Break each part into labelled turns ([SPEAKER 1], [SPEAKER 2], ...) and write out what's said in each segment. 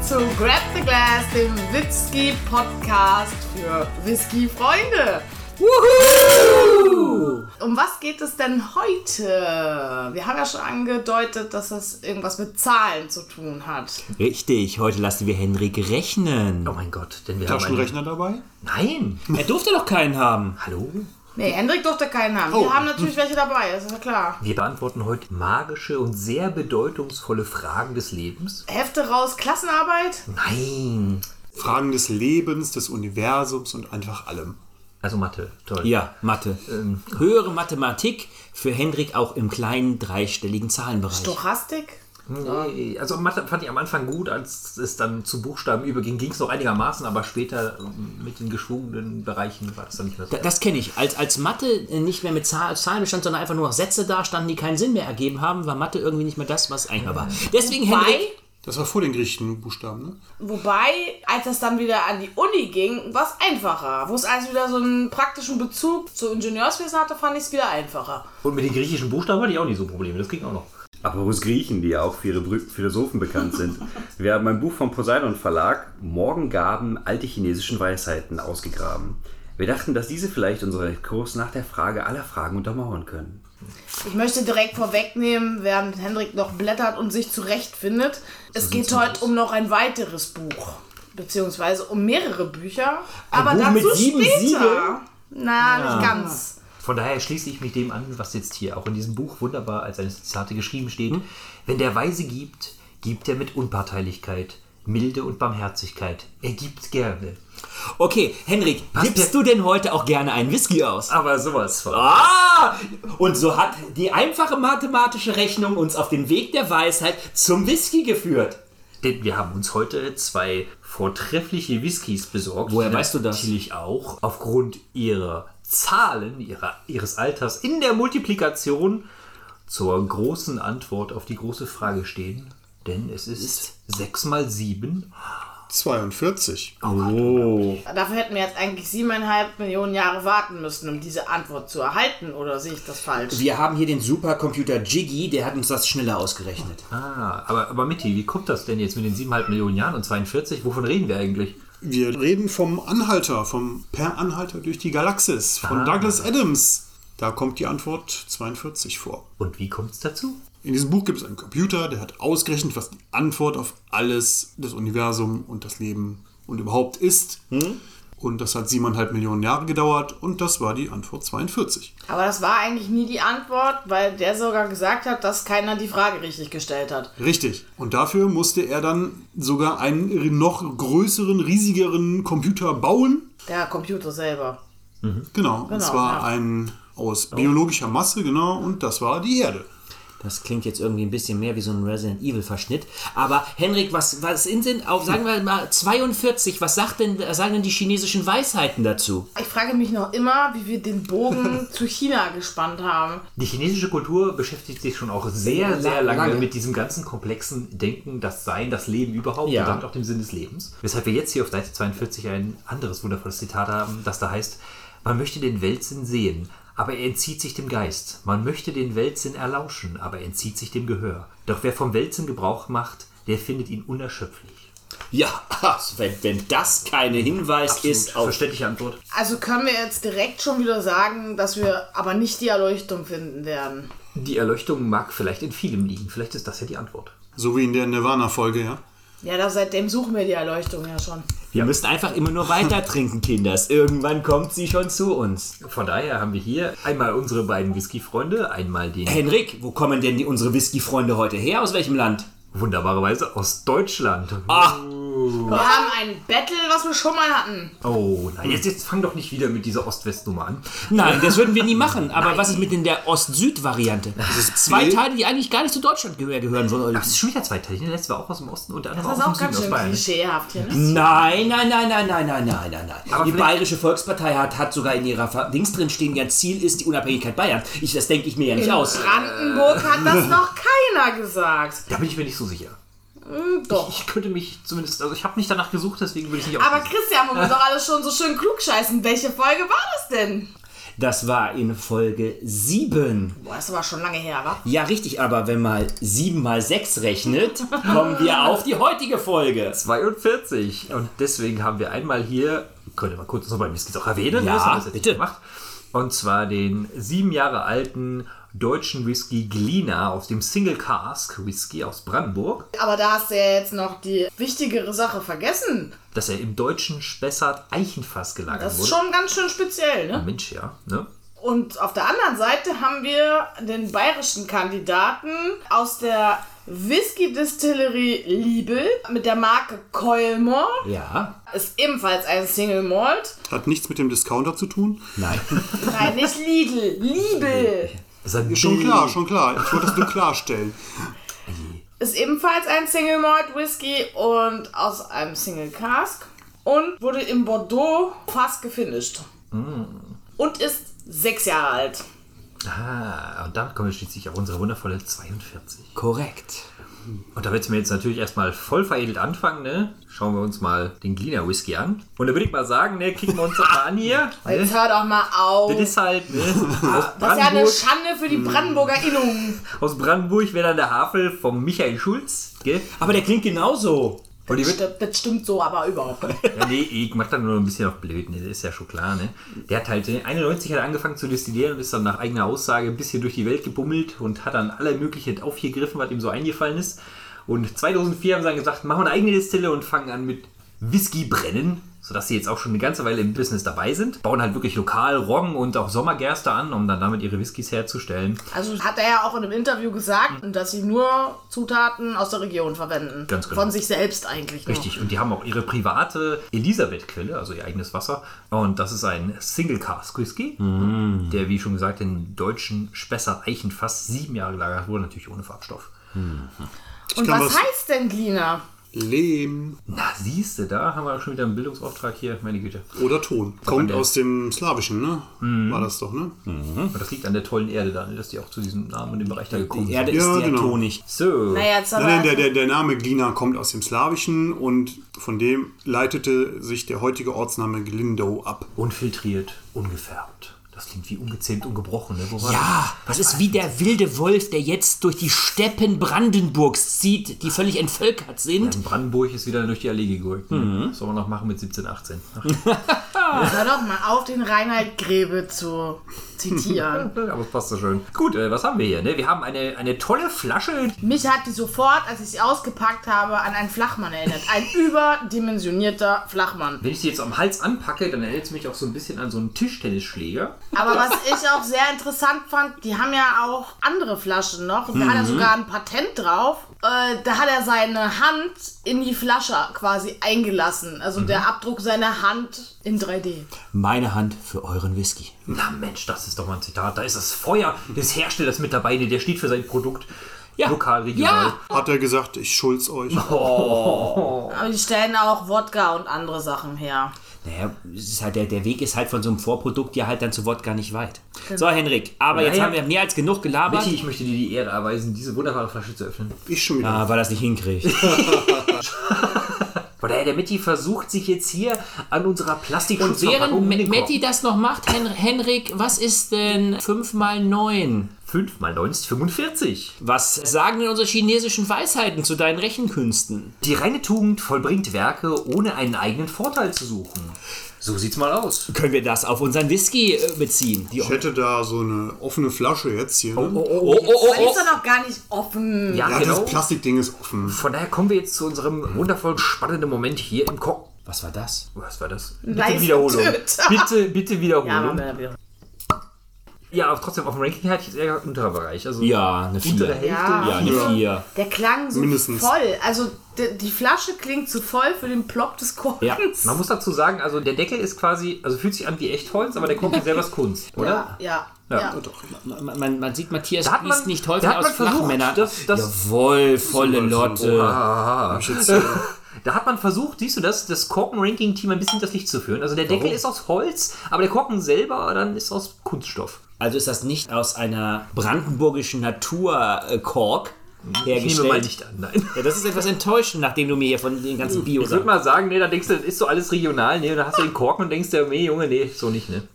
[SPEAKER 1] zu Grab the Glass, dem Whisky-Podcast für Whisky-Freunde. Wuhu! Um was geht es denn heute? Wir haben ja schon angedeutet, dass das irgendwas mit Zahlen zu tun hat.
[SPEAKER 2] Richtig, heute lassen wir Henrik rechnen.
[SPEAKER 3] Oh mein Gott, denn wir haben. einen-
[SPEAKER 4] Taschenrechner dabei?
[SPEAKER 3] Nein!
[SPEAKER 2] Er durfte doch keinen haben.
[SPEAKER 3] Hallo?
[SPEAKER 1] Nee, Hendrik durfte keinen haben. Wir haben natürlich welche dabei, das ist ja klar.
[SPEAKER 3] Wir beantworten heute magische und sehr bedeutungsvolle Fragen des Lebens.
[SPEAKER 1] Hefte raus, Klassenarbeit.
[SPEAKER 3] Nein!
[SPEAKER 4] Fragen des Lebens, des Universums und einfach allem.
[SPEAKER 3] Also Mathe, toll.
[SPEAKER 2] Ja, Mathe.
[SPEAKER 3] Ähm.
[SPEAKER 2] Höhere Mathematik für Henrik auch im kleinen dreistelligen Zahlenbereich.
[SPEAKER 1] Stochastik.
[SPEAKER 3] Nee, Also Mathe fand ich am Anfang gut, als es dann zu Buchstaben überging, ging es noch einigermaßen, aber später ähm, mit den geschwungenen Bereichen war das dann nicht mehr so.
[SPEAKER 2] Da- Das kenne ich. Als, als Mathe äh, nicht mehr mit Zahl, Zahlen bestand, sondern einfach nur noch Sätze da standen, die keinen Sinn mehr ergeben haben, war Mathe irgendwie nicht mehr das, was es eigentlich mal war. Deswegen,
[SPEAKER 1] Wobei,
[SPEAKER 2] Henrik,
[SPEAKER 4] Das war vor den griechischen Buchstaben, ne?
[SPEAKER 1] wobei, als das dann wieder an die Uni ging, war es einfacher. Wo es also wieder so einen praktischen Bezug zu Ingenieurswesen hatte, fand ich es wieder einfacher.
[SPEAKER 3] Und mit den griechischen Buchstaben hatte ich auch nicht so Probleme, das ging auch noch.
[SPEAKER 5] Apropos Griechen, die ja auch für ihre berühmten Philosophen bekannt sind. Wir haben ein Buch vom Poseidon Verlag, Morgengaben alte chinesischen Weisheiten, ausgegraben. Wir dachten, dass diese vielleicht unseren Kurs nach der Frage aller Fragen untermauern können.
[SPEAKER 1] Ich möchte direkt vorwegnehmen, während Hendrik noch blättert und sich zurechtfindet. Es geht heute um noch ein weiteres Buch. Beziehungsweise um mehrere Bücher. Aber
[SPEAKER 2] Buch
[SPEAKER 1] dazu
[SPEAKER 2] mit sieben
[SPEAKER 1] später.
[SPEAKER 2] Siegeln?
[SPEAKER 1] Na, nicht ganz.
[SPEAKER 3] Von daher schließe ich mich dem an, was jetzt hier auch in diesem Buch wunderbar als eine Zitate geschrieben steht. Wenn der Weise gibt, gibt er mit Unparteilichkeit, Milde und Barmherzigkeit. Er gibt gerne.
[SPEAKER 2] okay, Henrik, gibst du denn heute auch gerne einen Whisky aus?
[SPEAKER 3] Aber sowas von.
[SPEAKER 2] Ah! Und so hat die einfache mathematische Rechnung uns auf den Weg der Weisheit zum Whisky geführt.
[SPEAKER 3] Denn wir haben uns heute zwei vortreffliche Whiskys besorgt.
[SPEAKER 2] Woher
[SPEAKER 3] die
[SPEAKER 2] weißt du das?
[SPEAKER 3] Natürlich auch aufgrund ihrer Zahlen, ihrer, ihres Alters in der Multiplikation zur großen Antwort auf die große Frage stehen. Denn es ist 6 mal 7.
[SPEAKER 4] 42.
[SPEAKER 1] Dafür hätten wir jetzt eigentlich siebeneinhalb Millionen Jahre warten müssen, um diese Antwort zu erhalten. Oder sehe ich das falsch?
[SPEAKER 2] Wir haben hier den Supercomputer Jiggy, der hat uns das schneller ausgerechnet.
[SPEAKER 3] Ah, aber, aber Mitti, wie kommt das denn jetzt mit den 7,5 Millionen Jahren und 42? Wovon reden wir eigentlich?
[SPEAKER 4] Wir reden vom Anhalter, vom Per Anhalter durch die Galaxis, von Douglas Adams. Da kommt die Antwort 42 vor.
[SPEAKER 3] Und wie kommt es dazu?
[SPEAKER 4] In diesem Buch gibt es einen Computer, der hat ausgerechnet, was die Antwort auf alles, das Universum und das Leben und überhaupt ist. Und das hat siebeneinhalb Millionen Jahre gedauert und das war die Antwort 42.
[SPEAKER 1] Aber das war eigentlich nie die Antwort, weil der sogar gesagt hat, dass keiner die Frage richtig gestellt hat.
[SPEAKER 4] Richtig. Und dafür musste er dann sogar einen noch größeren, riesigeren Computer bauen.
[SPEAKER 1] Der Computer selber.
[SPEAKER 4] Genau. und zwar
[SPEAKER 1] ja.
[SPEAKER 4] ein aus biologischer Masse, genau. Und das war die Erde.
[SPEAKER 2] Das klingt jetzt irgendwie ein bisschen mehr wie so ein Resident Evil Verschnitt. Aber Henrik, was, was in sind auf, sagen wir mal, 42, was sagt denn, sagen denn die chinesischen Weisheiten dazu?
[SPEAKER 1] Ich frage mich noch immer, wie wir den Bogen zu China gespannt haben.
[SPEAKER 3] Die chinesische Kultur beschäftigt sich schon auch sehr, sehr lange,
[SPEAKER 2] lange.
[SPEAKER 3] mit diesem ganzen komplexen Denken, das Sein, das Leben überhaupt
[SPEAKER 2] Ja.
[SPEAKER 3] und damit auch dem Sinn des Lebens. Weshalb wir jetzt hier auf Seite 42 ein anderes wundervolles Zitat haben, das da heißt, man möchte den Weltsinn sehen, aber er entzieht sich dem Geist. Man möchte den Weltsinn erlauschen, aber er entzieht sich dem Gehör. Doch wer vom Weltsinn Gebrauch macht, der findet ihn unerschöpflich.
[SPEAKER 2] Ja, wenn, wenn das keine Hinweis ist auf.
[SPEAKER 3] Verständliche Antwort.
[SPEAKER 1] Also können wir jetzt direkt schon wieder sagen, dass wir aber nicht die Erleuchtung finden werden.
[SPEAKER 3] Die Erleuchtung mag vielleicht in vielem liegen. Vielleicht ist das ja die Antwort.
[SPEAKER 4] So wie in der Nirvana-Folge, ja.
[SPEAKER 1] Ja, da seitdem suchen wir die Erleuchtung ja schon.
[SPEAKER 2] Wir müssen einfach immer nur weiter trinken, Kinders. Irgendwann kommt sie schon zu uns.
[SPEAKER 3] Von daher haben wir hier einmal unsere beiden Whisky-Freunde, einmal den
[SPEAKER 2] Henrik, wo kommen denn die, unsere Whisky-Freunde heute her? Aus welchem Land?
[SPEAKER 3] wunderbarerweise aus Deutschland.
[SPEAKER 1] Ah. Wir haben ein Battle, was wir schon mal hatten.
[SPEAKER 3] Oh, nein, jetzt, jetzt fang doch nicht wieder mit dieser Ost-West-Nummer an.
[SPEAKER 2] Nein, das würden wir nie machen. Aber was ist mit denn der Ost-Süd-Variante? Das sind zwei Teile, die eigentlich gar nicht zu Deutschland gehö- gehören sollen.
[SPEAKER 3] Das ist schon wieder zwei Teile. Der letzte war auch aus dem Osten und der andere
[SPEAKER 1] Das ist
[SPEAKER 3] auch
[SPEAKER 1] auch
[SPEAKER 3] aus dem
[SPEAKER 1] ganz
[SPEAKER 3] Süden,
[SPEAKER 1] schön
[SPEAKER 3] aus Bayern.
[SPEAKER 1] klischeehaft hier,
[SPEAKER 2] Mhm.
[SPEAKER 1] ne?
[SPEAKER 2] Nein, nein, nein, nein, nein, nein, nein, nein, nein.
[SPEAKER 3] Aber
[SPEAKER 2] die
[SPEAKER 3] vielleicht-
[SPEAKER 2] Bayerische Volkspartei hat, hat sogar in ihrer Ver- Dings drin stehen, ihr Ziel ist die Unabhängigkeit Bayerns. Ich, das denke ich mir ja nicht aus.
[SPEAKER 1] Brandenburg hat das noch keiner gesagt.
[SPEAKER 3] Da bin ich mir nicht so sicher.
[SPEAKER 1] Doch.
[SPEAKER 3] Ich könnte mich zumindest, also ich habe nicht danach gesucht, deswegen würde ich nicht
[SPEAKER 1] Aber
[SPEAKER 3] aufschließen.
[SPEAKER 1] Christian, wo wir doch alle schon so schön klugscheißen, welche Folge war das denn?
[SPEAKER 2] Das war in Folge 7.
[SPEAKER 1] Boah, das war schon lange her, wa?
[SPEAKER 2] Ja, richtig, aber wenn mal 7 mal 6 rechnet, kommen wir auf die heutige Folge.
[SPEAKER 3] 42. Und deswegen haben wir einmal hier, könnte man kurz noch bei Miskits auch erwähnen, ne?
[SPEAKER 2] Ja,
[SPEAKER 3] das haben wir jetzt
[SPEAKER 2] bitte.
[SPEAKER 3] nicht Gemacht, und zwar den sieben Jahre alten deutschen Whisky Glina aus dem Single Cask Whisky aus Brandenburg,
[SPEAKER 1] Aber da hast du ja jetzt noch die wichtigere Sache vergessen.
[SPEAKER 3] dass er im deutschen Spessart Eichenfass gelagert
[SPEAKER 1] Das ist
[SPEAKER 3] wurde.
[SPEAKER 1] schon ganz schön speziell, ne?
[SPEAKER 3] Mensch, ja. Ne?
[SPEAKER 1] Und auf der anderen Seite haben wir den bayerischen Kandidaten aus der Whisky-Distillerie Liebel mit der Marke Colmore.
[SPEAKER 2] Ja,
[SPEAKER 1] Ist ebenfalls ein Single Malt.
[SPEAKER 4] Hat nichts mit dem Discounter zu tun.
[SPEAKER 2] nein.
[SPEAKER 1] Nein, nicht Lidl, Liebel.
[SPEAKER 3] Das ist ein
[SPEAKER 4] Schon
[SPEAKER 3] Bild.
[SPEAKER 4] klar, schon klar. Ich wollte das nur klarstellen.
[SPEAKER 1] Ist ebenfalls ein Single Malt Whisky und aus einem Single Cask. Und wurde in Bordeaux fast gefinisht.
[SPEAKER 3] Mm.
[SPEAKER 1] Und ist sechs Jahre alt.
[SPEAKER 3] Ah, und dann kommen wir schließlich auf unsere wundervolle 42.
[SPEAKER 2] Korrekt.
[SPEAKER 3] Und damit wir jetzt natürlich erstmal voll veredelt anfangen, ne, schauen wir uns mal den Glina Whisky an. Und da würde ich mal sagen, ne, kicken wir uns doch mal an hier.
[SPEAKER 1] Jetzt
[SPEAKER 3] Ne?
[SPEAKER 1] hör doch mal auf.
[SPEAKER 3] Das ist halt, ne, aus
[SPEAKER 1] halt- Das ist ja eine
[SPEAKER 3] Brandenburg, Mm.
[SPEAKER 1] Schande für die Brandenburger Innung.
[SPEAKER 3] aus Brandenburg wäre dann der Havel vom Michael Schulz, gell?
[SPEAKER 2] Aber der klingt genauso.
[SPEAKER 3] Und die wird,
[SPEAKER 1] Das, das stimmt so aber überhaupt nicht.
[SPEAKER 3] ja, nee, ich mach da nur ein bisschen auf blöd, ne, das ist ja schon klar, ne. Der hat halt, ne, 91 hat er angefangen zu destillieren und ist dann nach eigener Aussage ein bisschen durch die Welt gebummelt und hat dann alle möglichen aufgegriffen, was ihm so eingefallen ist. Und 2004 haben sie dann gesagt, machen wir eine eigene Distille und fangen an mit Whisky brennen, sodass sie jetzt auch schon eine ganze Weile im Business dabei sind. Bauen halt wirklich lokal Roggen und auch Sommergerste an, um dann damit ihre Whiskys herzustellen.
[SPEAKER 1] Also hat er ja auch in einem Interview gesagt, dass sie nur Zutaten aus der Region verwenden.
[SPEAKER 3] Ganz genau.
[SPEAKER 1] Von sich selbst eigentlich. nur.
[SPEAKER 3] Richtig, und die haben auch ihre private Elisabeth-Quelle, also ihr eigenes Wasser. Und das ist ein Single Cask Whisky,
[SPEAKER 2] Mhm.
[SPEAKER 3] der, wie schon gesagt, in deutschen Spessart Eichenfass sieben Jahre gelagert wurde, natürlich ohne Farbstoff.
[SPEAKER 1] Und
[SPEAKER 4] kann
[SPEAKER 1] was,
[SPEAKER 4] was-
[SPEAKER 1] heißt denn Glina?
[SPEAKER 4] Lehm
[SPEAKER 3] Na, siehst du, da haben wir schon wieder einen Bildungsauftrag hier, meine Güte.
[SPEAKER 4] oder Ton. Kommt aus dem Slawischen, ne? War das doch, ne?
[SPEAKER 3] Und das liegt an der tollen Erde da, ne, dass die auch zu diesem Namen und dem Bereich da gekommen
[SPEAKER 2] Die
[SPEAKER 3] sind.
[SPEAKER 2] Erde
[SPEAKER 4] Ja,
[SPEAKER 2] ist sehr
[SPEAKER 4] genau.
[SPEAKER 2] tonig.
[SPEAKER 3] So,
[SPEAKER 1] Naja, jetzt
[SPEAKER 4] Nein,
[SPEAKER 1] aber
[SPEAKER 4] nein, der, der, der Name Glina kommt aus dem Slawischen und von dem leitete sich der heutige Ortsname Glindow ab.
[SPEAKER 3] unfiltriert, ungefärbt. Das klingt wie ungezähmt, ungebrochen, ne? Wo war
[SPEAKER 2] Ja, das Ah, ist wie der wilde Wolf, der jetzt durch die Steppen Brandenburgs zieht, die völlig entvölkert
[SPEAKER 3] das?
[SPEAKER 2] sind.
[SPEAKER 3] In Brandenburg ist wieder durch die Allee gegurkt. Ne?
[SPEAKER 2] Mhm.
[SPEAKER 3] Was soll man noch machen mit 17, 18? Ach,
[SPEAKER 1] hör doch mal auf, den Reinhard Grebe zu zitieren.
[SPEAKER 3] Aber es passt so schön. Gut, äh, was haben wir hier? Ne? Wir haben eine, eine tolle Flasche.
[SPEAKER 1] Mich hat die sofort, als ich sie ausgepackt habe, an einen Flachmann erinnert. Ein überdimensionierter Flachmann.
[SPEAKER 3] Wenn ich sie jetzt am Hals anpacke, dann erinnert es mich auch so ein bisschen an so einen Tischtennisschläger.
[SPEAKER 1] Aber was ich auch sehr interessant fand, die haben ja auch andere Flaschen noch. Da hat er sogar ein Patent drauf. Äh, da hat er seine Hand in die Flasche quasi eingelassen. Also der Abdruck seiner Hand in 3D.
[SPEAKER 2] Meine Hand für euren Whisky.
[SPEAKER 3] Na Mensch, das ist doch mal ein Zitat. Da ist das Feuer des Herstellers mit dabei. ne? Der steht für sein Produkt.
[SPEAKER 2] Ja.
[SPEAKER 3] Lokal, regional.
[SPEAKER 2] Ja.
[SPEAKER 4] Hat er gesagt, ich schuld's euch.
[SPEAKER 3] Oh.
[SPEAKER 1] Aber die stellen auch Wodka und andere Sachen her.
[SPEAKER 2] Naja, es ist halt der, der Weg ist halt von so einem Vorprodukt ja halt dann zu Wodka nicht weit. So, Henrik, aber jetzt
[SPEAKER 3] Naja.
[SPEAKER 2] haben wir mehr als genug gelabert.
[SPEAKER 3] Michi, ich möchte dir die Ehre erweisen, diese wunderbare Flasche zu öffnen.
[SPEAKER 4] Ich schon wieder.
[SPEAKER 2] Ah, weil das nicht hinkriegt.
[SPEAKER 3] Von daher, der Michi versucht sich jetzt hier an
[SPEAKER 2] Und
[SPEAKER 3] unserer
[SPEAKER 2] während
[SPEAKER 3] Plastikschutzverpackung
[SPEAKER 2] Me-
[SPEAKER 3] in den Korb.
[SPEAKER 2] Matti das noch macht, Hen Henrik, was ist denn 5 mal 9?
[SPEAKER 3] 5 mal 9 ist 45.
[SPEAKER 2] Was sagen denn unsere chinesischen Weisheiten zu deinen Rechenkünsten?
[SPEAKER 3] Die reine Tugend vollbringt Werke, ohne einen eigenen Vorteil zu suchen. So sieht's mal aus.
[SPEAKER 2] Können wir das auf unseren Whisky äh, beziehen? Die
[SPEAKER 4] Ich hätte da so eine offene Flasche jetzt hier. Ne?
[SPEAKER 2] oh, oh, oh,
[SPEAKER 1] Aber die
[SPEAKER 2] oh.
[SPEAKER 1] ist doch noch gar nicht offen.
[SPEAKER 3] Ja,
[SPEAKER 4] ja,
[SPEAKER 3] genau.
[SPEAKER 4] das Plastikding ist offen.
[SPEAKER 3] Von daher kommen wir jetzt zu unserem wundervoll spannenden Moment hier im Kopf.
[SPEAKER 2] Was war das?
[SPEAKER 3] Was war das? Bitte
[SPEAKER 1] Leise
[SPEAKER 3] Wiederholung.
[SPEAKER 1] Töter.
[SPEAKER 3] Bitte, bitte
[SPEAKER 1] Ja,
[SPEAKER 3] Wiederholung. Ja,
[SPEAKER 1] Moment, wieder.
[SPEAKER 3] aber trotzdem, auf dem Ranking hatte ich es eher unterer Bereich. Also
[SPEAKER 2] Ja, eine
[SPEAKER 3] unter der
[SPEAKER 2] 4.
[SPEAKER 3] Hälfte.
[SPEAKER 1] Ja.
[SPEAKER 2] Ja, eine 4.
[SPEAKER 1] Der klang so
[SPEAKER 4] Mindestens.
[SPEAKER 1] voll. Also die, die Flasche klingt zu voll für den Plop des
[SPEAKER 2] Ja,
[SPEAKER 1] Korkens.
[SPEAKER 3] Man muss dazu sagen, also der Deckel ist quasi, also fühlt sich an wie Echtholz, aber der Korken selber ist Kunst, oder?
[SPEAKER 1] Ja, ja. ja.
[SPEAKER 2] Man, man, man sieht, Matthias
[SPEAKER 3] Da hat man-
[SPEAKER 2] liest nicht
[SPEAKER 3] da
[SPEAKER 2] häufig
[SPEAKER 3] hat
[SPEAKER 2] aus
[SPEAKER 3] man versucht,
[SPEAKER 2] Flachmännern.
[SPEAKER 3] das- das-
[SPEAKER 2] Jawohl, volle Lotte.
[SPEAKER 4] Hab ich jetzt hier.
[SPEAKER 3] Da hat man versucht, siehst du das, das Korken-Ranking-Team ein bisschen das Licht zu führen. Also der Deckel ist aus Holz, aber der Korken selber dann ist aus Kunststoff.
[SPEAKER 2] Also ist das nicht aus einer brandenburgischen Naturkork
[SPEAKER 3] Mhm. Ich nehme mal
[SPEAKER 2] hergestellt?
[SPEAKER 3] nicht an, nein.
[SPEAKER 2] Ja, das ist etwas enttäuschend, nachdem du mir hier von den ganzen Bio
[SPEAKER 3] Ich würde
[SPEAKER 2] sagst.
[SPEAKER 3] mal sagen, nee, da denkst du, das ist so alles regional, nee, und dann hast du den Korken und denkst dir, nee, Junge, nee, so nicht, ne?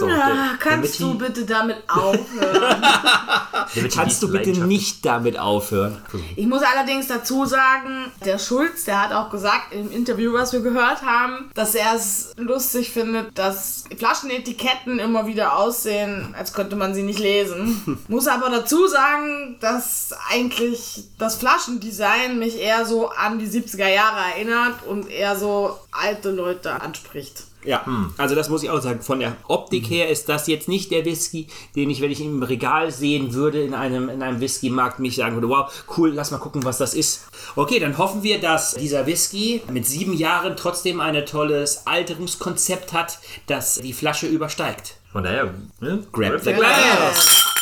[SPEAKER 3] So,
[SPEAKER 1] Ah,
[SPEAKER 3] der-
[SPEAKER 1] kannst
[SPEAKER 3] damit
[SPEAKER 1] du
[SPEAKER 3] die-
[SPEAKER 1] bitte damit aufhören?
[SPEAKER 3] damit die
[SPEAKER 2] Kannst du bitte
[SPEAKER 3] Leidenschaft-
[SPEAKER 2] nicht damit aufhören?
[SPEAKER 1] Ich muss allerdings dazu sagen, der Schulz, der hat auch gesagt im Interview, was wir gehört haben, dass er es lustig findet, dass Flaschenetiketten immer wieder aussehen, als könnte man sie nicht lesen. muss aber dazu sagen, dass eigentlich das Flaschendesign mich eher so an die 70er Jahre erinnert und eher so alte Leute anspricht.
[SPEAKER 2] Ja, also das muss ich auch sagen. Von der
[SPEAKER 3] Hm.
[SPEAKER 2] Optik her ist das jetzt nicht der Whisky, den ich, wenn ich ihn im Regal sehen würde, in einem, in einem Whiskymarkt mich sagen würde, wow, cool, lass mal gucken, was das ist. Okay, dann hoffen wir, dass dieser Whisky mit sieben Jahren trotzdem ein tolles Alterungskonzept hat, das die Flasche übersteigt.
[SPEAKER 3] Von daher, ne?
[SPEAKER 2] Grab the glass.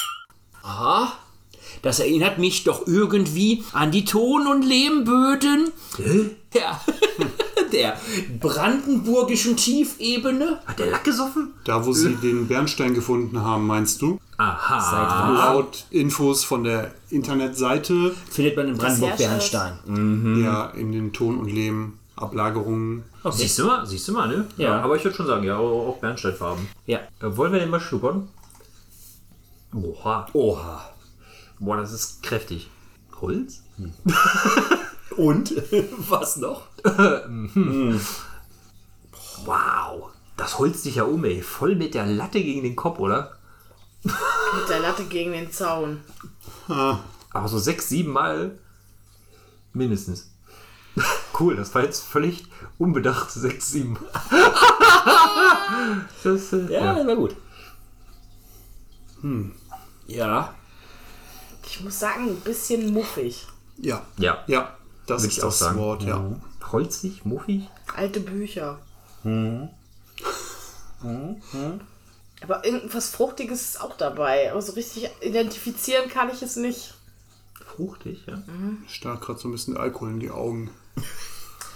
[SPEAKER 2] Aha. Das erinnert mich doch irgendwie an die Ton- und Lehmböden ja. der brandenburgischen Tiefebene.
[SPEAKER 3] Hat der Lack gesoffen?
[SPEAKER 4] Da, wo sie den Bernstein gefunden haben, meinst du?
[SPEAKER 3] Äh. Aha.
[SPEAKER 4] Laut Infos von der Internetseite,
[SPEAKER 2] Findet man in Brandenburg
[SPEAKER 1] sehr
[SPEAKER 2] Bernstein.
[SPEAKER 3] Mhm.
[SPEAKER 4] ja, in den Ton- und Lehmablagerungen.
[SPEAKER 3] Siehst du mal, siehst du mal, ne?
[SPEAKER 2] Ja.
[SPEAKER 3] Aber ich würde schon sagen, ja, auch Bernsteinfarben.
[SPEAKER 2] Ja.
[SPEAKER 3] Äh, wollen wir den mal schnuppern? Oha.
[SPEAKER 2] Oha.
[SPEAKER 3] Boah, das ist kräftig. Holz?
[SPEAKER 2] Und? Was noch?
[SPEAKER 3] Wow. Das holzt dich ja um, ey. Voll mit der Latte gegen den Kopf, oder?
[SPEAKER 1] Mit der Latte gegen den Zaun.
[SPEAKER 3] Aber so sechs, sieben Mal mindestens. Cool, das war jetzt völlig unbedacht. Sechs, sieben Mal. das, äh,
[SPEAKER 2] Ja, das war gut. Hm. Ja.
[SPEAKER 1] Ich muss sagen, ein bisschen muffig.
[SPEAKER 4] Ja.
[SPEAKER 3] Ja.
[SPEAKER 4] Ja, das
[SPEAKER 3] Würde
[SPEAKER 4] ist
[SPEAKER 3] ich auch
[SPEAKER 4] das
[SPEAKER 3] sagen. Mhm.
[SPEAKER 4] Wort, ja.
[SPEAKER 3] Holzig, muffig?
[SPEAKER 1] Alte Bücher. Aber irgendwas Fruchtiges ist auch dabei. Aber so richtig identifizieren kann ich es nicht.
[SPEAKER 3] Fruchtig, ja.
[SPEAKER 2] Mhm.
[SPEAKER 4] Stark gerade so ein bisschen Alkohol in die Augen.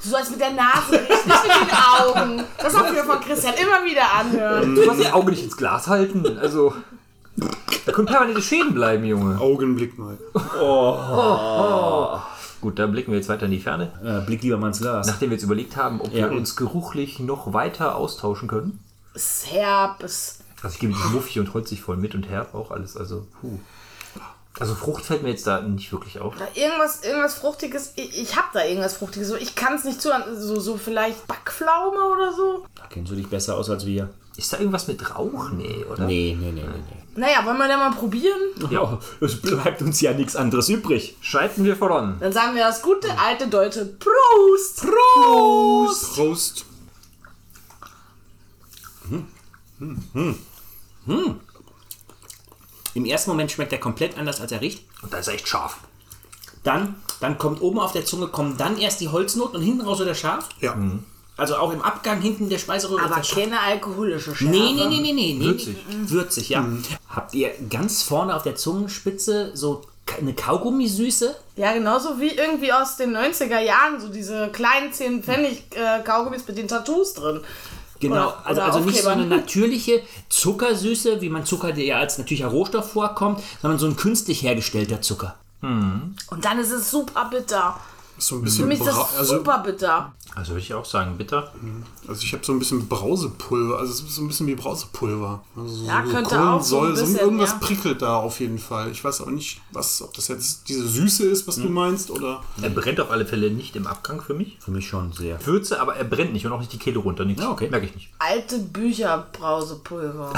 [SPEAKER 1] Du sollst mit der Nase riechen, nicht mit den Augen. Das haben wir von Christian immer wieder anhören.
[SPEAKER 3] Du kannst die Augen nicht ins Glas halten. Also, da können permanente Schäden bleiben, Junge.
[SPEAKER 4] Augenblick mal.
[SPEAKER 3] Gut, dann blicken wir jetzt weiter in die Ferne.
[SPEAKER 2] Äh, blick lieber mal ins Glas.
[SPEAKER 3] Nachdem wir jetzt überlegt haben, ob
[SPEAKER 2] Ja.
[SPEAKER 3] wir uns geruchlich noch weiter austauschen können.
[SPEAKER 1] Es ist herb, es
[SPEAKER 3] Also ich gebe die muffig und holzig voll mit und herb auch alles. Also, puh. Also Frucht fällt mir jetzt da nicht wirklich auf.
[SPEAKER 1] irgendwas, irgendwas Fruchtiges. Ich, ich hab da irgendwas Fruchtiges. So, Ich kann es nicht zuhören. So, so vielleicht Backpflaume oder so.
[SPEAKER 2] Da kennst du dich besser aus als wir.
[SPEAKER 3] Ist da irgendwas mit Rauch? Nee, oder?
[SPEAKER 2] Nee, nee, nee, nee.
[SPEAKER 1] Naja, wollen wir da mal probieren?
[SPEAKER 2] nee. Ja, es bleibt uns ja nichts anderes übrig.
[SPEAKER 3] Schreiten wir voran.
[SPEAKER 1] Dann sagen wir das gute alte deutsche Prost. Prost.
[SPEAKER 4] Prost.
[SPEAKER 2] Im ersten Moment schmeckt er komplett anders, als er riecht.
[SPEAKER 3] Und da ist er echt scharf.
[SPEAKER 2] Dann, dann kommt oben auf der Zunge, kommen dann erst die Holznoten und hinten raus wird er scharf.
[SPEAKER 4] Ja.
[SPEAKER 3] Mhm.
[SPEAKER 2] Also auch im Abgang hinten der Speiseröhre
[SPEAKER 1] Aber
[SPEAKER 2] wird er scharf.
[SPEAKER 1] keine alkoholische Schärfe.
[SPEAKER 2] Nee, nee, nee, nee, nee, nee.
[SPEAKER 3] Würzig.
[SPEAKER 2] Würzig, Mhm. ja. Habt ihr ganz vorne auf der Zungenspitze so ka- eine Kaugummisüße?
[SPEAKER 1] Ja, genauso wie irgendwie aus den 90er Jahren, so diese kleinen 10 Pfennig äh, Kaugummis mit den Tattoos drin.
[SPEAKER 2] Genau,
[SPEAKER 1] Oder-
[SPEAKER 2] also,
[SPEAKER 1] oder
[SPEAKER 2] also nicht so eine
[SPEAKER 1] Aufklebern.
[SPEAKER 2] natürliche Zuckersüße, wie man Zucker, der ja als natürlicher Rohstoff vorkommt, sondern so ein künstlich hergestellter Zucker.
[SPEAKER 1] Und dann ist es super bitter.
[SPEAKER 4] Ist so ein
[SPEAKER 1] Für
[SPEAKER 4] bisschen
[SPEAKER 1] mich ist
[SPEAKER 4] Bra
[SPEAKER 1] das
[SPEAKER 4] also,
[SPEAKER 1] super bitter.
[SPEAKER 3] Also würde ich auch sagen, bitter.
[SPEAKER 4] also ich habe so ein bisschen Brausepulver. Also es ist so ein bisschen wie Brausepulver. Also so
[SPEAKER 1] Ja,
[SPEAKER 4] so
[SPEAKER 1] könnte auch so ein
[SPEAKER 4] Kohlensäure,
[SPEAKER 1] bisschen,
[SPEAKER 4] irgendwas
[SPEAKER 1] ja.
[SPEAKER 4] prickelt da auf jeden Fall. Ich weiß auch nicht, was, ob das jetzt diese Süße ist, was du meinst, oder.
[SPEAKER 3] Er brennt auf alle Fälle nicht im Abgang für mich. Ah,
[SPEAKER 2] Für mich schon sehr.
[SPEAKER 3] Würze, aber er brennt nicht und auch nicht die Kehle runter. Nichts.
[SPEAKER 2] Ja, okay.
[SPEAKER 3] Merke ich nicht.
[SPEAKER 1] Alte Bücher Brausepulver.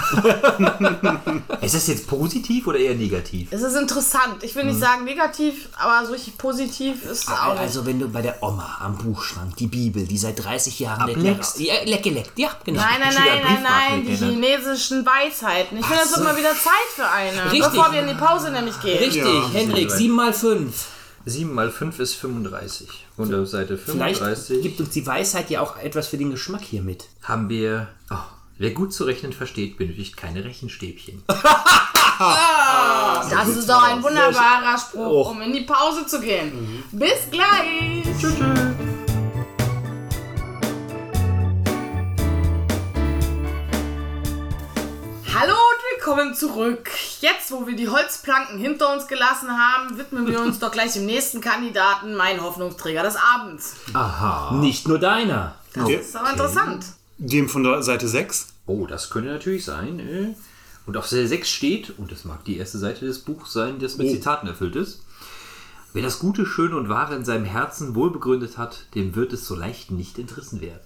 [SPEAKER 3] Ist das jetzt positiv oder eher negativ?
[SPEAKER 1] es ist interessant. Ich will
[SPEAKER 2] Mhm.
[SPEAKER 1] nicht sagen negativ, aber so richtig positiv ist es auch nicht.
[SPEAKER 2] Also wenn du bei der Oma am Buchschrank die Bibel, die seit 30 Jahren
[SPEAKER 3] Ableckst.
[SPEAKER 2] Ja, leck geleckt, ja, genau.
[SPEAKER 1] Nein, nein,
[SPEAKER 3] Schüler
[SPEAKER 1] nein, nein,
[SPEAKER 3] Briefmarken
[SPEAKER 1] nein, die
[SPEAKER 2] ne?
[SPEAKER 3] kennen.
[SPEAKER 1] chinesischen Weisheiten. Ich finde, das wird mal wieder Zeit für eine.
[SPEAKER 2] Richtig.
[SPEAKER 1] Bevor wir in die Pause nämlich gehen.
[SPEAKER 2] Richtig,
[SPEAKER 4] Ja.
[SPEAKER 2] Hendrik, 7 mal 5.
[SPEAKER 3] 7 mal 5 ist 35. Und auf Seite
[SPEAKER 2] Vielleicht
[SPEAKER 3] 35
[SPEAKER 2] gibt uns die Weisheit ja auch etwas für den Geschmack hier mit.
[SPEAKER 3] haben wir. Oh, wer gut zu rechnen versteht, benötigt keine Rechenstäbchen.
[SPEAKER 1] Das ist doch ein wunderbarer
[SPEAKER 2] Oh.
[SPEAKER 1] Spruch, um in die Pause zu gehen.
[SPEAKER 2] Mhm.
[SPEAKER 1] Bis gleich. Hallo und willkommen zurück. Jetzt, wo wir die Holzplanken hinter uns gelassen haben, widmen wir uns doch gleich dem nächsten Kandidaten, mein Hoffnungsträger des Abends.
[SPEAKER 3] Aha.
[SPEAKER 2] Nicht nur deiner.
[SPEAKER 1] Das ist aber interessant.
[SPEAKER 4] Dem von der Seite 6.
[SPEAKER 3] Oh, das könnte natürlich sein. äh. Und auf Seite 6 steht, und das mag die erste Seite des Buchs sein, das mit Zitaten erfüllt ist. Wer das Gute, Schöne und Wahre in seinem Herzen wohlbegründet hat, dem wird es so leicht nicht entrissen werden.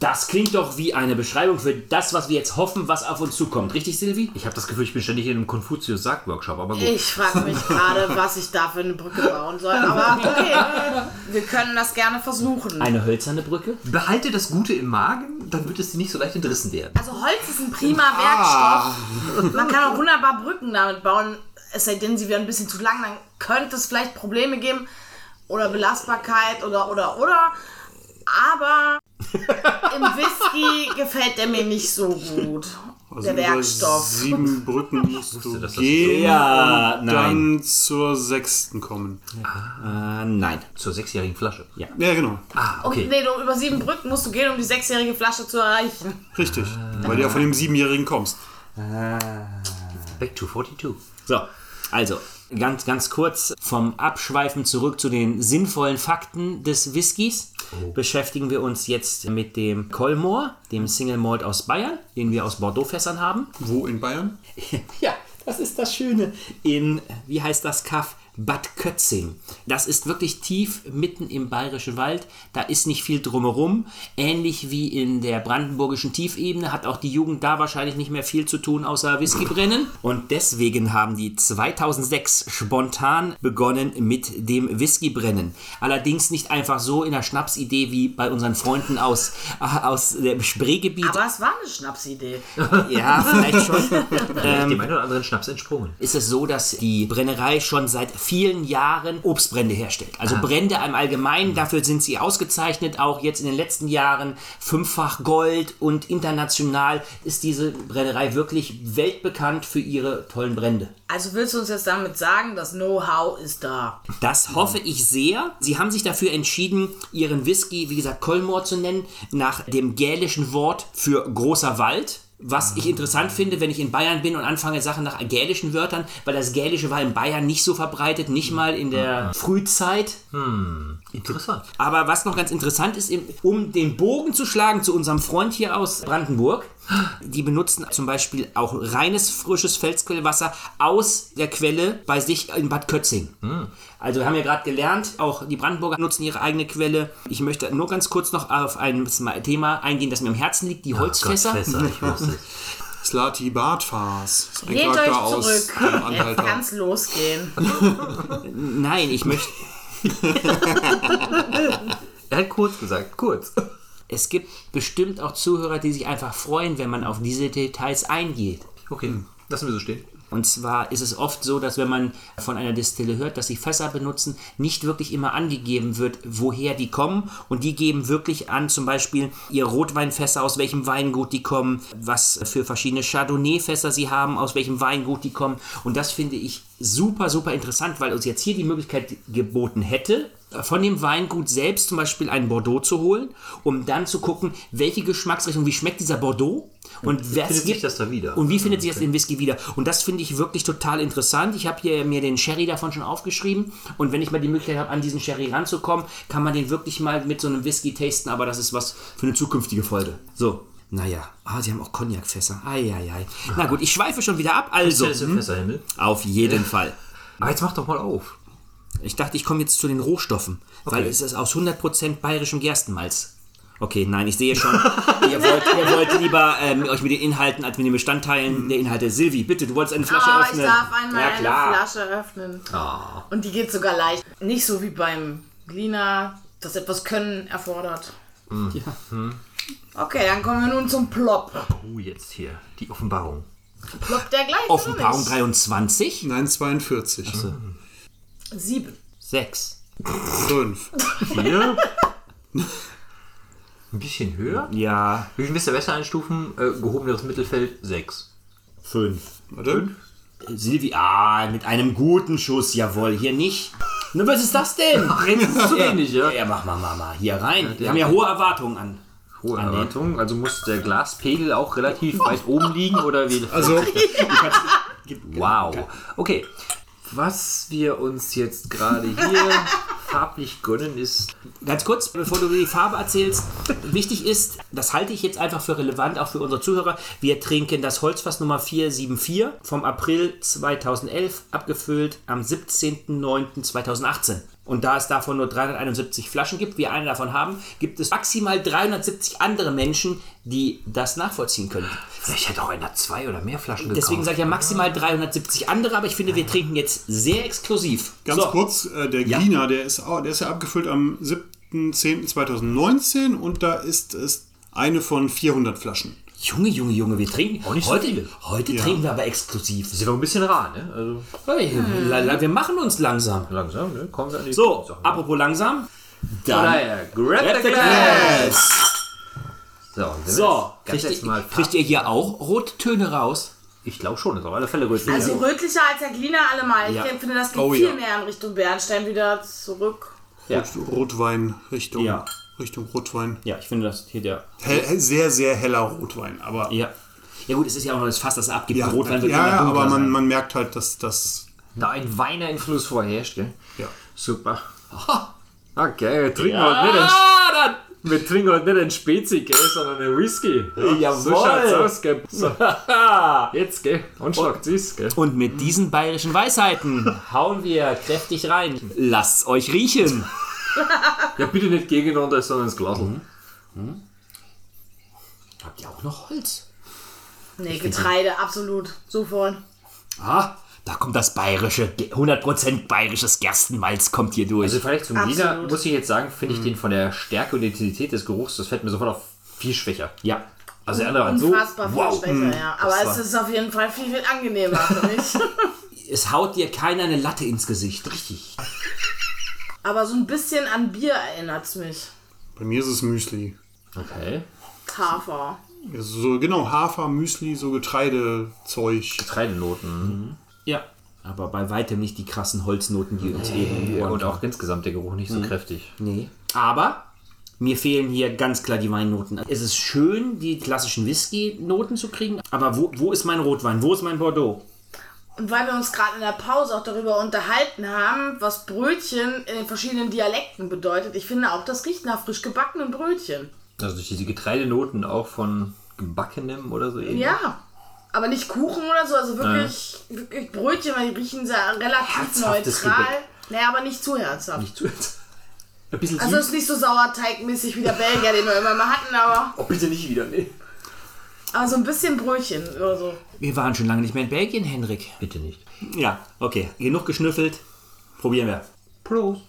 [SPEAKER 2] Das klingt doch wie eine Beschreibung für das, was wir jetzt hoffen, was auf uns zukommt. Richtig, Silvi?
[SPEAKER 3] Ich habe das Gefühl, ich bin ständig in einem Konfuzius-Sagt-Workshop, aber gut.
[SPEAKER 1] Ich frage mich gerade, was ich da für eine Brücke bauen soll. Aber okay, wir können das gerne versuchen.
[SPEAKER 2] Eine hölzerne Brücke?
[SPEAKER 3] Behalte das Gute im Magen, dann wird es dir nicht so leicht entrissen werden.
[SPEAKER 1] Also Holz ist ein prima Werkstoff.
[SPEAKER 4] Ah.
[SPEAKER 1] Man kann auch wunderbar Brücken damit bauen. Es sei denn, sie wären ein bisschen zu lang, dann könnte es vielleicht Probleme geben oder Belastbarkeit oder oder oder. Aber im Whisky gefällt der mir nicht so gut.
[SPEAKER 4] Also
[SPEAKER 1] der
[SPEAKER 4] über
[SPEAKER 1] Werkstoff.
[SPEAKER 4] Sieben Brücken musst du
[SPEAKER 3] dass das so-
[SPEAKER 4] gehen
[SPEAKER 2] Äh, Ja,
[SPEAKER 4] und
[SPEAKER 2] nein.
[SPEAKER 4] dann zur sechsten kommen.
[SPEAKER 2] Äh, nein.
[SPEAKER 3] Zur sechsjährigen Flasche. Ja.
[SPEAKER 4] Ja, genau.
[SPEAKER 3] Ah, okay.
[SPEAKER 1] Und nee, du, über sieben Brücken musst du gehen, um die sechsjährige Flasche zu erreichen.
[SPEAKER 4] Richtig. Weil du ja von dem Siebenjährigen kommst.
[SPEAKER 3] Ah. Back to 42.
[SPEAKER 2] So, also ganz, ganz kurz vom Abschweifen zurück zu den sinnvollen Fakten des Whiskys. Beschäftigen wir uns jetzt mit dem Colmore, dem Single Malt aus Bayern, den wir aus Bordeaux-Fässern haben.
[SPEAKER 4] Wo in Bayern?
[SPEAKER 2] Ja, das ist das Schöne. In, wie heißt das Kaff? Bad Kötzing. Das ist wirklich tief mitten im Bayerischen Wald. Da ist nicht viel drumherum. Ähnlich wie in der brandenburgischen Tiefebene hat auch die Jugend da wahrscheinlich nicht mehr viel zu tun, außer Whisky brennen. Und deswegen haben die 2006 spontan begonnen mit dem Whisky brennen. Allerdings nicht einfach so in der Schnapsidee wie bei unseren Freunden aus, äh, aus dem Spreegebiet.
[SPEAKER 1] Aber es war eine Schnapsidee.
[SPEAKER 2] ja, vielleicht schon.
[SPEAKER 3] Ähm, Dem einen oder anderen Schnaps entsprungen.
[SPEAKER 2] ist es so, dass die Brennerei schon seit vielen Jahren Obstbrände herstellt. Also Brände im Allgemeinen, dafür sind sie ausgezeichnet. Auch jetzt in den letzten Jahren fünffach Gold und international ist diese Brennerei wirklich weltbekannt für ihre tollen Brände.
[SPEAKER 1] Also willst du uns jetzt damit sagen, das Know-how ist da?
[SPEAKER 2] Das hoffe ich sehr. Sie haben sich dafür entschieden, ihren Whisky, wie gesagt, Colmore zu nennen, nach dem gälischen Wort für großer Wald. Was ich interessant finde, wenn ich in Bayern bin und anfange Sachen nach gälischen Wörtern, weil das Gälische war in Bayern nicht so verbreitet, nicht mal in der Frühzeit.
[SPEAKER 3] Interessant.
[SPEAKER 2] Aber was noch ganz interessant ist, im- um den Bogen zu schlagen zu unserem Freund hier aus Brandenburg, die benutzen zum Beispiel auch reines, frisches Felsquellwasser aus der Quelle bei sich in Bad Kötzing. Also wir haben ja gerade gelernt, auch die Brandenburger nutzen ihre eigene Quelle. Ich möchte nur ganz kurz noch auf ein Thema eingehen, das mir am Herzen liegt, die Holzfässer.
[SPEAKER 3] Gott, Fässer, ich wusste es.
[SPEAKER 4] Slati Bartfars. Das ist Ein
[SPEAKER 1] Geht euch
[SPEAKER 4] Charakter aus
[SPEAKER 1] zurück.
[SPEAKER 4] dem
[SPEAKER 1] Jetzt
[SPEAKER 4] Anhalter.
[SPEAKER 1] kann's losgehen.
[SPEAKER 2] Nein, ich möchte...
[SPEAKER 3] Er hat kurz gesagt, kurz.
[SPEAKER 2] Es gibt bestimmt auch Zuhörer, die sich einfach freuen, wenn man auf diese Details eingeht.
[SPEAKER 3] Okay, lassen wir so stehen.
[SPEAKER 2] Und zwar ist es oft so, dass wenn man von einer Distille hört, dass sie Fässer benutzen, nicht wirklich immer angegeben wird, woher die kommen. Und die geben wirklich an, zum Beispiel ihr Rotweinfässer, aus welchem Weingut die kommen, was für verschiedene Chardonnay-Fässer sie haben, aus welchem Weingut die kommen. Und das finde ich super, super interessant, weil uns jetzt hier die Möglichkeit geboten hätte, von dem Weingut selbst zum Beispiel einen Bordeaux zu holen, um dann zu gucken, welche Geschmacksrichtung, wie schmeckt dieser Bordeaux und was
[SPEAKER 3] findet sich
[SPEAKER 2] gibt
[SPEAKER 3] das da wieder?
[SPEAKER 2] und wie findet sich das im Whisky wieder? Und das finde ich wirklich total interessant. Ich habe hier mir den Sherry davon schon aufgeschrieben. Und wenn ich mal die Möglichkeit habe, an diesen Sherry ranzukommen, kann man den wirklich mal mit so einem Whisky tasten. Aber das ist was für eine zukünftige Folge. So. Naja, ah, sie haben auch Cognac-Fässer. Eieiei. Na gut, ich schweife schon wieder ab. Also,
[SPEAKER 3] Das ist ein Fässerhimmel.
[SPEAKER 2] auf jeden Fall.
[SPEAKER 3] Aber Ah, jetzt mach doch mal auf.
[SPEAKER 2] Ich dachte, ich komme jetzt zu den Rohstoffen, weil
[SPEAKER 3] Okay.
[SPEAKER 2] es ist aus 100% bayerischem Gerstenmalz. Okay, nein, ich sehe schon, ihr wollt, ihr wollt lieber ähm, euch mit den Inhalten als mit den Bestandteilen der Inhalte. Silvi, bitte, du wolltest eine Flasche
[SPEAKER 1] Aber Ah, ich
[SPEAKER 2] öffnen.
[SPEAKER 1] darf einmal
[SPEAKER 2] ja, klar. Ah.
[SPEAKER 1] eine Flasche öffnen. Und die geht sogar leicht. Nicht so wie beim Glina, das etwas Können erfordert.
[SPEAKER 2] Hm.
[SPEAKER 1] Okay, dann kommen wir nun zum Plop.
[SPEAKER 3] Oh, jetzt hier. Die Offenbarung.
[SPEAKER 1] Ploppt der gleich oder
[SPEAKER 2] Offenbarung
[SPEAKER 1] nicht?
[SPEAKER 2] 23,
[SPEAKER 4] Nein, 42.
[SPEAKER 1] Sieben.
[SPEAKER 2] 6.
[SPEAKER 4] Fünf.
[SPEAKER 3] Hier. Ein bisschen höher.
[SPEAKER 2] Ja,
[SPEAKER 3] Wie viel müsst ihr besser einstufen? Äh, gehobeneres Mittelfeld 6.
[SPEAKER 2] 5.
[SPEAKER 4] Warte.
[SPEAKER 2] Silvi, ah, mit einem guten Schuss, jawohl, hier nicht. Na, was ist das denn?
[SPEAKER 3] Ist zu wenig, ja?
[SPEAKER 2] Ja, mach mal, mach mal, hier rein. Wir haben ja hohe Erwartungen an.
[SPEAKER 3] Hohe Erwartung. Also muss der Glaspegel auch
[SPEAKER 5] Also,
[SPEAKER 3] relativ weit oben liegen oder wie?
[SPEAKER 4] Also,
[SPEAKER 3] Wow. Okay. Was wir uns jetzt gerade hier farblich gönnen, ist
[SPEAKER 2] Ganz kurz, bevor du die Farbe erzählst, wichtig ist, das halte ich jetzt einfach für relevant, auch für unsere Zuhörer. Wir trinken das Holzfass Nummer 474 vom April 2011, abgefüllt am 17.09.2018. Und da es davon nur 371 Flaschen gibt, wir eine davon haben, gibt es maximal 370 andere Menschen, die das nachvollziehen können.
[SPEAKER 3] Vielleicht hätte auch einer zwei oder mehr Flaschen gekauft.
[SPEAKER 2] Deswegen sage ich ja maximal 370 andere, aber ich finde, wir trinken jetzt sehr exklusiv.
[SPEAKER 4] Ganz
[SPEAKER 2] So.
[SPEAKER 4] kurz, äh, der Greener, der ist, au- der ist ja abgefüllt am 7.10.2019 und da ist es eine von 400 Flaschen.
[SPEAKER 2] Junge, Junge, Junge, wir trinken
[SPEAKER 3] nicht so
[SPEAKER 2] heute,
[SPEAKER 3] viele.
[SPEAKER 2] heute trinken wir aber exklusiv.
[SPEAKER 3] Sind wir ein bisschen rar, ne? Also
[SPEAKER 2] Hey, la- la- wir machen uns langsam.
[SPEAKER 3] langsam, ne? Kommen wir an die
[SPEAKER 2] So,
[SPEAKER 3] Sachen.
[SPEAKER 2] apropos langsam.
[SPEAKER 3] Von
[SPEAKER 2] Dann
[SPEAKER 3] daher, grab,
[SPEAKER 2] Grab
[SPEAKER 3] the
[SPEAKER 2] the
[SPEAKER 3] glass! So, und sind wir
[SPEAKER 2] so,
[SPEAKER 3] jetzt ganz
[SPEAKER 2] kriegt
[SPEAKER 3] jetzt
[SPEAKER 2] ihr,
[SPEAKER 3] mal
[SPEAKER 2] kriegt
[SPEAKER 3] Farb-
[SPEAKER 2] ihr hier auch Rottöne raus?
[SPEAKER 3] Ich glaube schon, ist auf alle Fälle rötlich.
[SPEAKER 1] Also rötlicher als der Gliner allemal. Ich
[SPEAKER 2] Ja.
[SPEAKER 1] finde, das geht
[SPEAKER 4] Oh,
[SPEAKER 1] viel
[SPEAKER 4] ja.
[SPEAKER 1] mehr in Richtung Bernstein wieder zurück.
[SPEAKER 2] Ja.
[SPEAKER 4] Rot, Rotwein Richtung,
[SPEAKER 2] Ja.
[SPEAKER 4] Richtung Rotwein.
[SPEAKER 2] Ja, ich finde das hier der.
[SPEAKER 4] Hell, hell- sehr, sehr heller Rotwein, aber
[SPEAKER 2] Ja. Ja gut, es ist ja auch noch das Fass, das abgibt.
[SPEAKER 4] ja,
[SPEAKER 2] Rotwein
[SPEAKER 4] ja,
[SPEAKER 2] wird immer
[SPEAKER 4] ja
[SPEAKER 2] dunkler
[SPEAKER 4] aber man,
[SPEAKER 2] sein.
[SPEAKER 4] man merkt halt, dass das
[SPEAKER 3] Da ein weiner Influss vorherrscht, gell?
[SPEAKER 4] ja.
[SPEAKER 3] Super. Okay, wir trinken heute nicht einen,
[SPEAKER 2] Ah,
[SPEAKER 3] wir trinken heute nicht einen Spezi, gell, sondern einen Whisky. Ja,
[SPEAKER 2] Jawohl.
[SPEAKER 3] So schaut's aus, gell? So,
[SPEAKER 2] dann.
[SPEAKER 3] jetzt, gell? Und schmeckt's süß, gell?
[SPEAKER 2] Und mit diesen bayerischen Weisheiten hauen wir kräftig rein. Lasst's euch riechen.
[SPEAKER 3] Ja, bitte nicht gegeneinander, sondern ins Glas.
[SPEAKER 2] Habt ihr auch noch Holz?
[SPEAKER 1] Nee, Getreide, absolut. Sofort.
[SPEAKER 2] Ah, da kommt das bayerische, 100% bayerisches Gerstenmalz kommt hier durch.
[SPEAKER 3] Also vielleicht zum
[SPEAKER 1] Absolut.
[SPEAKER 3] Lila muss ich jetzt sagen, finde ich den von der Stärke und Intensität des Geruchs, das fällt mir sofort auf viel schwächer.
[SPEAKER 2] ja.
[SPEAKER 3] Also der andere hat so,
[SPEAKER 1] Unfassbar viel
[SPEAKER 3] wow, mm,
[SPEAKER 1] schwächer, ja. Aber es ist auf jeden Fall viel, viel angenehmer für mich.
[SPEAKER 2] Es haut dir keiner eine Latte ins Gesicht. Richtig.
[SPEAKER 1] Aber so ein bisschen an Bier erinnert es mich.
[SPEAKER 4] Bei mir ist es Müsli.
[SPEAKER 3] okay.
[SPEAKER 1] Hafer.
[SPEAKER 4] Ja, So, genau, Hafer, Müsli, so Getreidezeug.
[SPEAKER 3] Treidenoten
[SPEAKER 2] Ja. Aber bei weitem nicht die krassen Holznoten, die uns eben
[SPEAKER 3] und auch insgesamt der Geruch nicht so kräftig.
[SPEAKER 2] Nee. Aber mir fehlen hier ganz klar die Weinnoten. Es ist schön, die klassischen Whisky-Noten zu kriegen, aber wo, wo ist mein Rotwein? Wo ist mein Bordeaux?
[SPEAKER 1] Und weil wir uns gerade in der Pause auch darüber unterhalten haben, was Brötchen in den verschiedenen Dialekten bedeutet, ich finde auch, das riecht nach frisch gebackenen Brötchen.
[SPEAKER 3] Also durch diese Getreidenoten auch von gebackenem oder so ähnlich.
[SPEAKER 1] Ja. Aber nicht Kuchen oder so, also wirklich, wirklich Brötchen, weil die riechen sehr relativ
[SPEAKER 3] Herzhaftes
[SPEAKER 1] neutral.
[SPEAKER 3] Gebäck.
[SPEAKER 1] Naja, aber nicht zu herzhaft.
[SPEAKER 3] Nicht zu. Ein bisschen
[SPEAKER 1] also es
[SPEAKER 3] süß.
[SPEAKER 1] ist nicht so sauerteigmäßig wie der Belgier, den wir immer mal hatten, aber,
[SPEAKER 3] Oh, bitte nicht wieder, nee.
[SPEAKER 1] aber so ein bisschen Brötchen oder so.
[SPEAKER 2] Wir waren schon lange nicht mehr in Belgien, Henrik.
[SPEAKER 3] Bitte nicht.
[SPEAKER 2] Ja, okay. Genug geschnüffelt. Probieren wir.
[SPEAKER 3] Prost.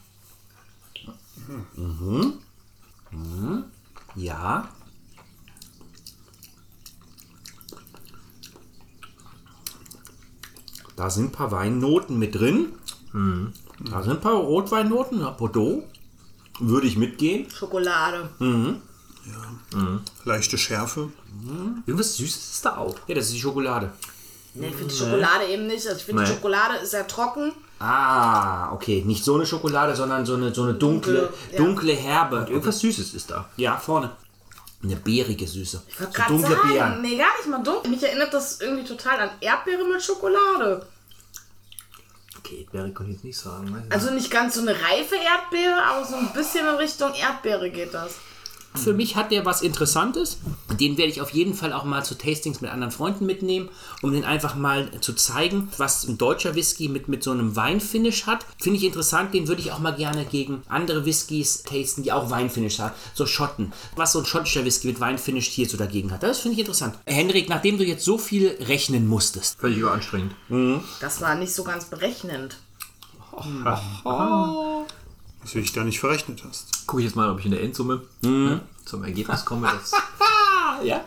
[SPEAKER 2] Mhm. Ja. Da sind ein paar Weinnoten mit drin.
[SPEAKER 3] Mhm.
[SPEAKER 2] Da sind ein paar Rotweinnoten. Ja, Bordeaux. Würde ich mitgehen.
[SPEAKER 1] Schokolade.
[SPEAKER 4] Leichte Schärfe.
[SPEAKER 3] Irgendwas Süßes ist da auch.
[SPEAKER 2] Ja, das ist die Schokolade.
[SPEAKER 1] Nee, ich finde die Schokolade eben nicht. Also ich finde, die
[SPEAKER 3] Nee.
[SPEAKER 1] Schokolade ist sehr trocken.
[SPEAKER 2] Ah, okay. Nicht so eine Schokolade, sondern so eine, so eine dunkle,
[SPEAKER 1] Dunkle, ja.
[SPEAKER 2] dunkle Herbe.
[SPEAKER 3] Irgendwas Süßes ist da.
[SPEAKER 2] Ja, vorne. Eine beerige Süße. Ich
[SPEAKER 1] wollte gerade sagen, nee, gar nicht mal dunkel. Mich erinnert das irgendwie total an Erdbeere mit Schokolade.
[SPEAKER 3] Okay, wäre kann ich jetzt nicht sagen. ne? weiß ich
[SPEAKER 1] Also nicht ganz so eine reife Erdbeere, aber so ein bisschen in Richtung Erdbeere geht das.
[SPEAKER 2] Für mich hat der was Interessantes. Den werde ich auf jeden Fall auch mal zu Tastings mit anderen Freunden mitnehmen, um den einfach mal zu zeigen, was ein deutscher Whisky mit, mit so einem Weinfinish hat. Finde ich interessant, den würde ich auch mal gerne gegen andere Whiskys tasten, die auch Weinfinish haben. So Schotten. Was so ein schottischer Whisky mit Weinfinish hier so dagegen hat. Das finde ich interessant. Henrik, nachdem du jetzt so viel rechnen musstest,
[SPEAKER 3] nicht. Völlig überanstrengend.
[SPEAKER 1] Das war nicht so ganz berechnend.
[SPEAKER 4] Was du dich da nicht verrechnet hast.
[SPEAKER 3] Gucke ich jetzt mal, ob ich in der Endsumme ne, zum Ergebnis komme, das
[SPEAKER 2] ja?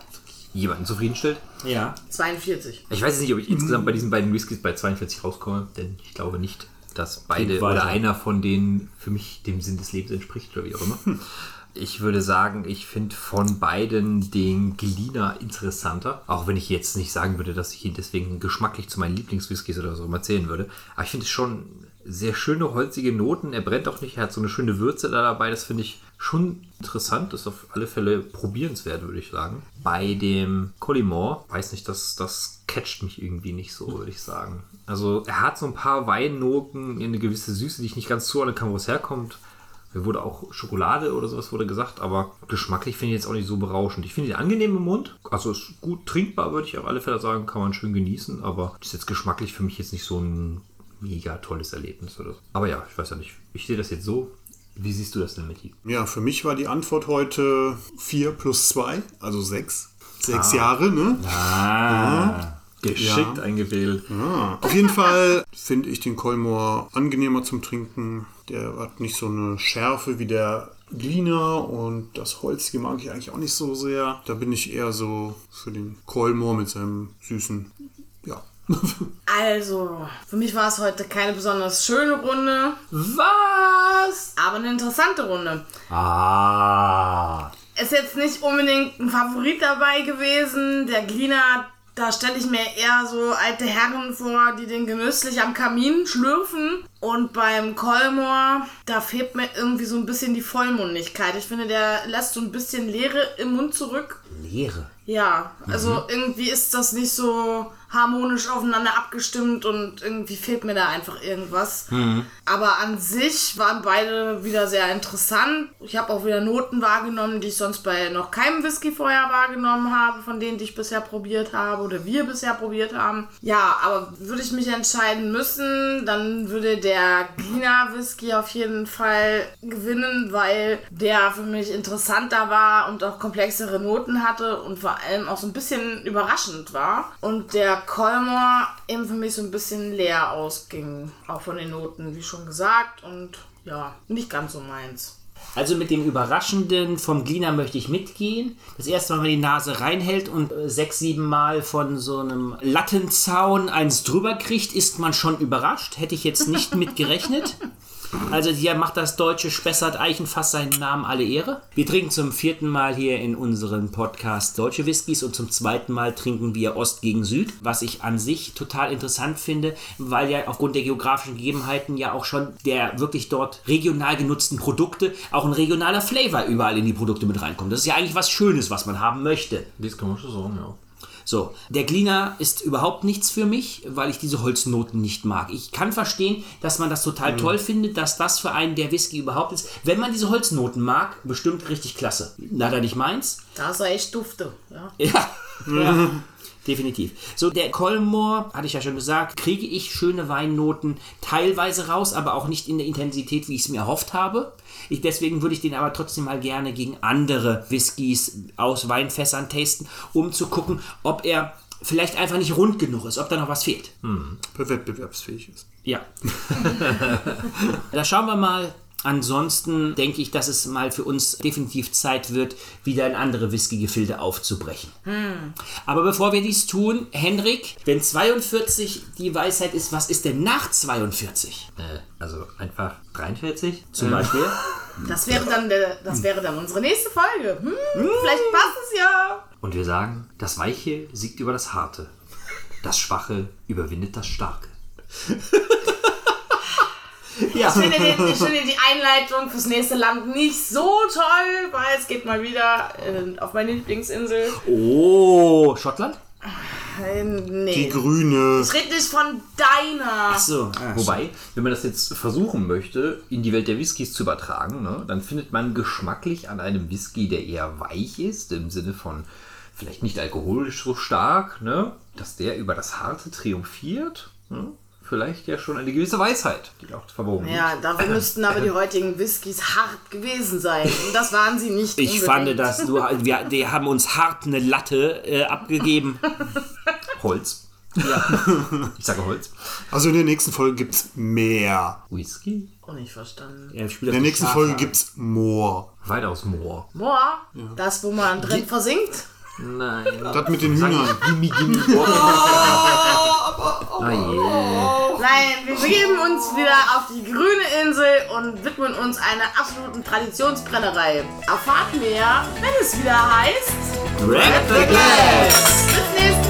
[SPEAKER 3] jemanden zufriedenstellt.
[SPEAKER 2] Ja.
[SPEAKER 1] 42.
[SPEAKER 3] Ich weiß jetzt nicht, ob
[SPEAKER 2] Mhm.
[SPEAKER 3] ich insgesamt bei diesen beiden Whiskys bei 42 rauskomme, denn ich glaube nicht, dass beide
[SPEAKER 2] Geht weiter.
[SPEAKER 3] oder einer von denen für mich dem Sinn des Lebens entspricht oder wie auch immer.
[SPEAKER 2] Hm.
[SPEAKER 3] Ich würde sagen, ich finde von beiden den Glina interessanter, auch wenn ich jetzt nicht sagen würde, dass ich ihn deswegen geschmacklich zu meinen Lieblingswhiskys oder so immer zählen würde. Aber ich finde es schon sehr schöne holzige Noten. Er brennt auch nicht, er hat so eine schöne Würze da dabei. Das finde ich schon interessant, ist auf alle Fälle probierenswert, würde ich sagen. Bei dem Collimore, weiß nicht, das, das catcht mich irgendwie nicht so, würde ich sagen. Also er hat so ein paar Weinnoten, eine gewisse Süße, die ich nicht ganz zuordnen kann, wo es herkommt. Mir wurde auch Schokolade oder sowas wurde gesagt, aber geschmacklich finde ich jetzt auch nicht so berauschend. Ich finde ihn angenehm im Mund, also ist gut trinkbar, würde ich auf alle Fälle sagen, kann man schön genießen, aber ist jetzt geschmacklich für mich jetzt nicht so ein mega tolles Erlebnis oder so. Aber ja, ich weiß ja nicht, ich sehe das jetzt so. Wie siehst du das denn, Michi?
[SPEAKER 4] Ja, für mich war die Antwort heute 4 plus 2, also 6.
[SPEAKER 2] Ah.
[SPEAKER 4] Sechs Jahre, ne?
[SPEAKER 3] Ah, Geschickt eingewählt.
[SPEAKER 4] Auf jeden Fall finde ich den Kolmor angenehmer zum Trinken. Der hat nicht so eine Schärfe wie der Gliner und das Holzige mag ich eigentlich auch nicht so sehr. Da bin ich eher so für den Kolmor mit seinem süßen, ja.
[SPEAKER 1] Also, für mich war es heute keine besonders schöne Runde,
[SPEAKER 2] Was?
[SPEAKER 1] aber eine interessante Runde.
[SPEAKER 3] Ah.
[SPEAKER 1] Ist jetzt nicht unbedingt ein Favorit dabei gewesen. Der Glina, da stelle ich mir eher so alte Herren vor, die den genüsslich am Kamin schlürfen. Und beim Kolmor, da fehlt mir irgendwie so ein bisschen die Vollmundigkeit. Ich finde, der lässt so ein bisschen Leere im Mund zurück.
[SPEAKER 2] Leere.
[SPEAKER 1] Ja, also irgendwie ist das nicht so harmonisch aufeinander abgestimmt und irgendwie fehlt mir da einfach irgendwas. Aber an sich waren beide wieder sehr interessant. Ich habe auch wieder Noten wahrgenommen, die ich sonst bei noch keinem Whisky vorher wahrgenommen habe, von denen die ich bisher probiert habe oder wir bisher probiert haben. Ja, aber würde ich mich entscheiden müssen, dann würde der Gina Whisky auf jeden Fall gewinnen, weil der für mich interessanter war und auch komplexere Noten hatte und vor allem auch so ein bisschen überraschend war. Und der Colmor eben für mich so ein bisschen leer ausging, auch von den Noten, wie schon gesagt. Und ja, nicht ganz so meins.
[SPEAKER 2] Also mit dem Überraschenden vom Gliner möchte ich mitgehen. Das erste Mal, wenn man die Nase reinhält und äh, sechs, sieben Mal von so einem Lattenzaun eins drüber kriegt, ist man schon überrascht. Hätte ich jetzt nicht mit gerechnet. Also hier macht das deutsche Spessart Eichenfass seinen Namen alle Ehre. Wir trinken zum vierten Mal hier in unserem Podcast deutsche Whiskys und zum zweiten Mal trinken wir Ost gegen Süd, was ich an sich total interessant finde, weil ja aufgrund der geografischen Gegebenheiten ja auch schon der wirklich dort regional genutzten Produkte auch ein regionaler Flavor überall in die Produkte mit reinkommt. Das ist ja eigentlich was Schönes, was man haben möchte.
[SPEAKER 3] Das kann man schon sagen, ja.
[SPEAKER 2] So, der Glina ist überhaupt nichts für mich, weil ich diese Holznoten nicht mag. Ich kann verstehen, dass man das total toll findet, dass das für einen der Whisky überhaupt ist. Wenn man diese Holznoten mag, bestimmt richtig klasse. Leider nicht meins.
[SPEAKER 1] Da sah ich dufte. Ja.
[SPEAKER 2] Ja. ja. Definitiv. So, der Colmore, hatte ich ja schon gesagt, kriege ich schöne Weinnoten teilweise raus, aber auch nicht in der Intensität, wie ich es mir erhofft habe. Ich, deswegen würde ich den aber trotzdem mal gerne gegen andere Whiskys aus Weinfässern testen, um zu gucken, ob er vielleicht einfach nicht rund genug ist, ob da noch was fehlt.
[SPEAKER 4] Wettbewerbsfähig ist.
[SPEAKER 2] Ja. da schauen wir mal. Ansonsten denke ich, dass es mal für uns definitiv Zeit wird, wieder in andere Whisky-Gefilde aufzubrechen. Aber bevor wir dies tun, Henrik, wenn 42 die Weisheit ist, was ist denn nach 42?
[SPEAKER 3] Äh, also einfach 43?
[SPEAKER 2] Zum Beispiel?
[SPEAKER 1] Das wäre dann der, das wäre dann unsere nächste Folge. Hm, vielleicht passt es ja.
[SPEAKER 3] Und wir sagen, das Weiche siegt über das Harte. Das Schwache überwindet das Starke.
[SPEAKER 1] Ich finde, die, ich finde die Einleitung fürs nächste Land nicht so toll, weil es geht mal wieder äh, auf meine Lieblingsinsel.
[SPEAKER 2] Oh, Schottland?
[SPEAKER 1] Äh,
[SPEAKER 4] Die
[SPEAKER 1] nee.
[SPEAKER 4] grüne.
[SPEAKER 1] Ich rede nicht von deiner.
[SPEAKER 2] So.
[SPEAKER 3] Wobei, wenn man das jetzt versuchen möchte, in die Welt der Whiskys zu übertragen, ne, dann findet man geschmacklich an einem Whisky, der eher weich ist, im Sinne von vielleicht nicht alkoholisch so stark, ne, dass der über das Harte triumphiert. Ne, vielleicht ja schon eine gewisse Weisheit, die auch verborgen
[SPEAKER 1] Ja, dafür müssten aber die heutigen Whiskys hart gewesen sein. Und das waren sie nicht.
[SPEAKER 2] Ich
[SPEAKER 1] unbedingt.
[SPEAKER 2] fand das, du, wir, die haben uns hart eine Latte äh, abgegeben.
[SPEAKER 3] liegt. Holz. ich sage Holz.
[SPEAKER 4] Also in der nächsten Folge gibt's mehr.
[SPEAKER 3] Whisky?
[SPEAKER 1] Auch nicht verstanden.
[SPEAKER 2] In
[SPEAKER 4] In der nächsten Folge gibt's more.
[SPEAKER 3] Weitaus Moor.
[SPEAKER 1] Moor, das, wo man drin versinkt.
[SPEAKER 3] Nein.
[SPEAKER 4] Das mit den Hühnern.
[SPEAKER 3] Gimmi, gimmi, Moor. Na je.
[SPEAKER 1] Nein, wir begeben uns wieder auf die grüne Insel und widmen uns einer absoluten Traditionsbrennerei. Erfahrt mehr, wenn es wieder heißt.
[SPEAKER 2] Wreck the
[SPEAKER 1] Bis nächstes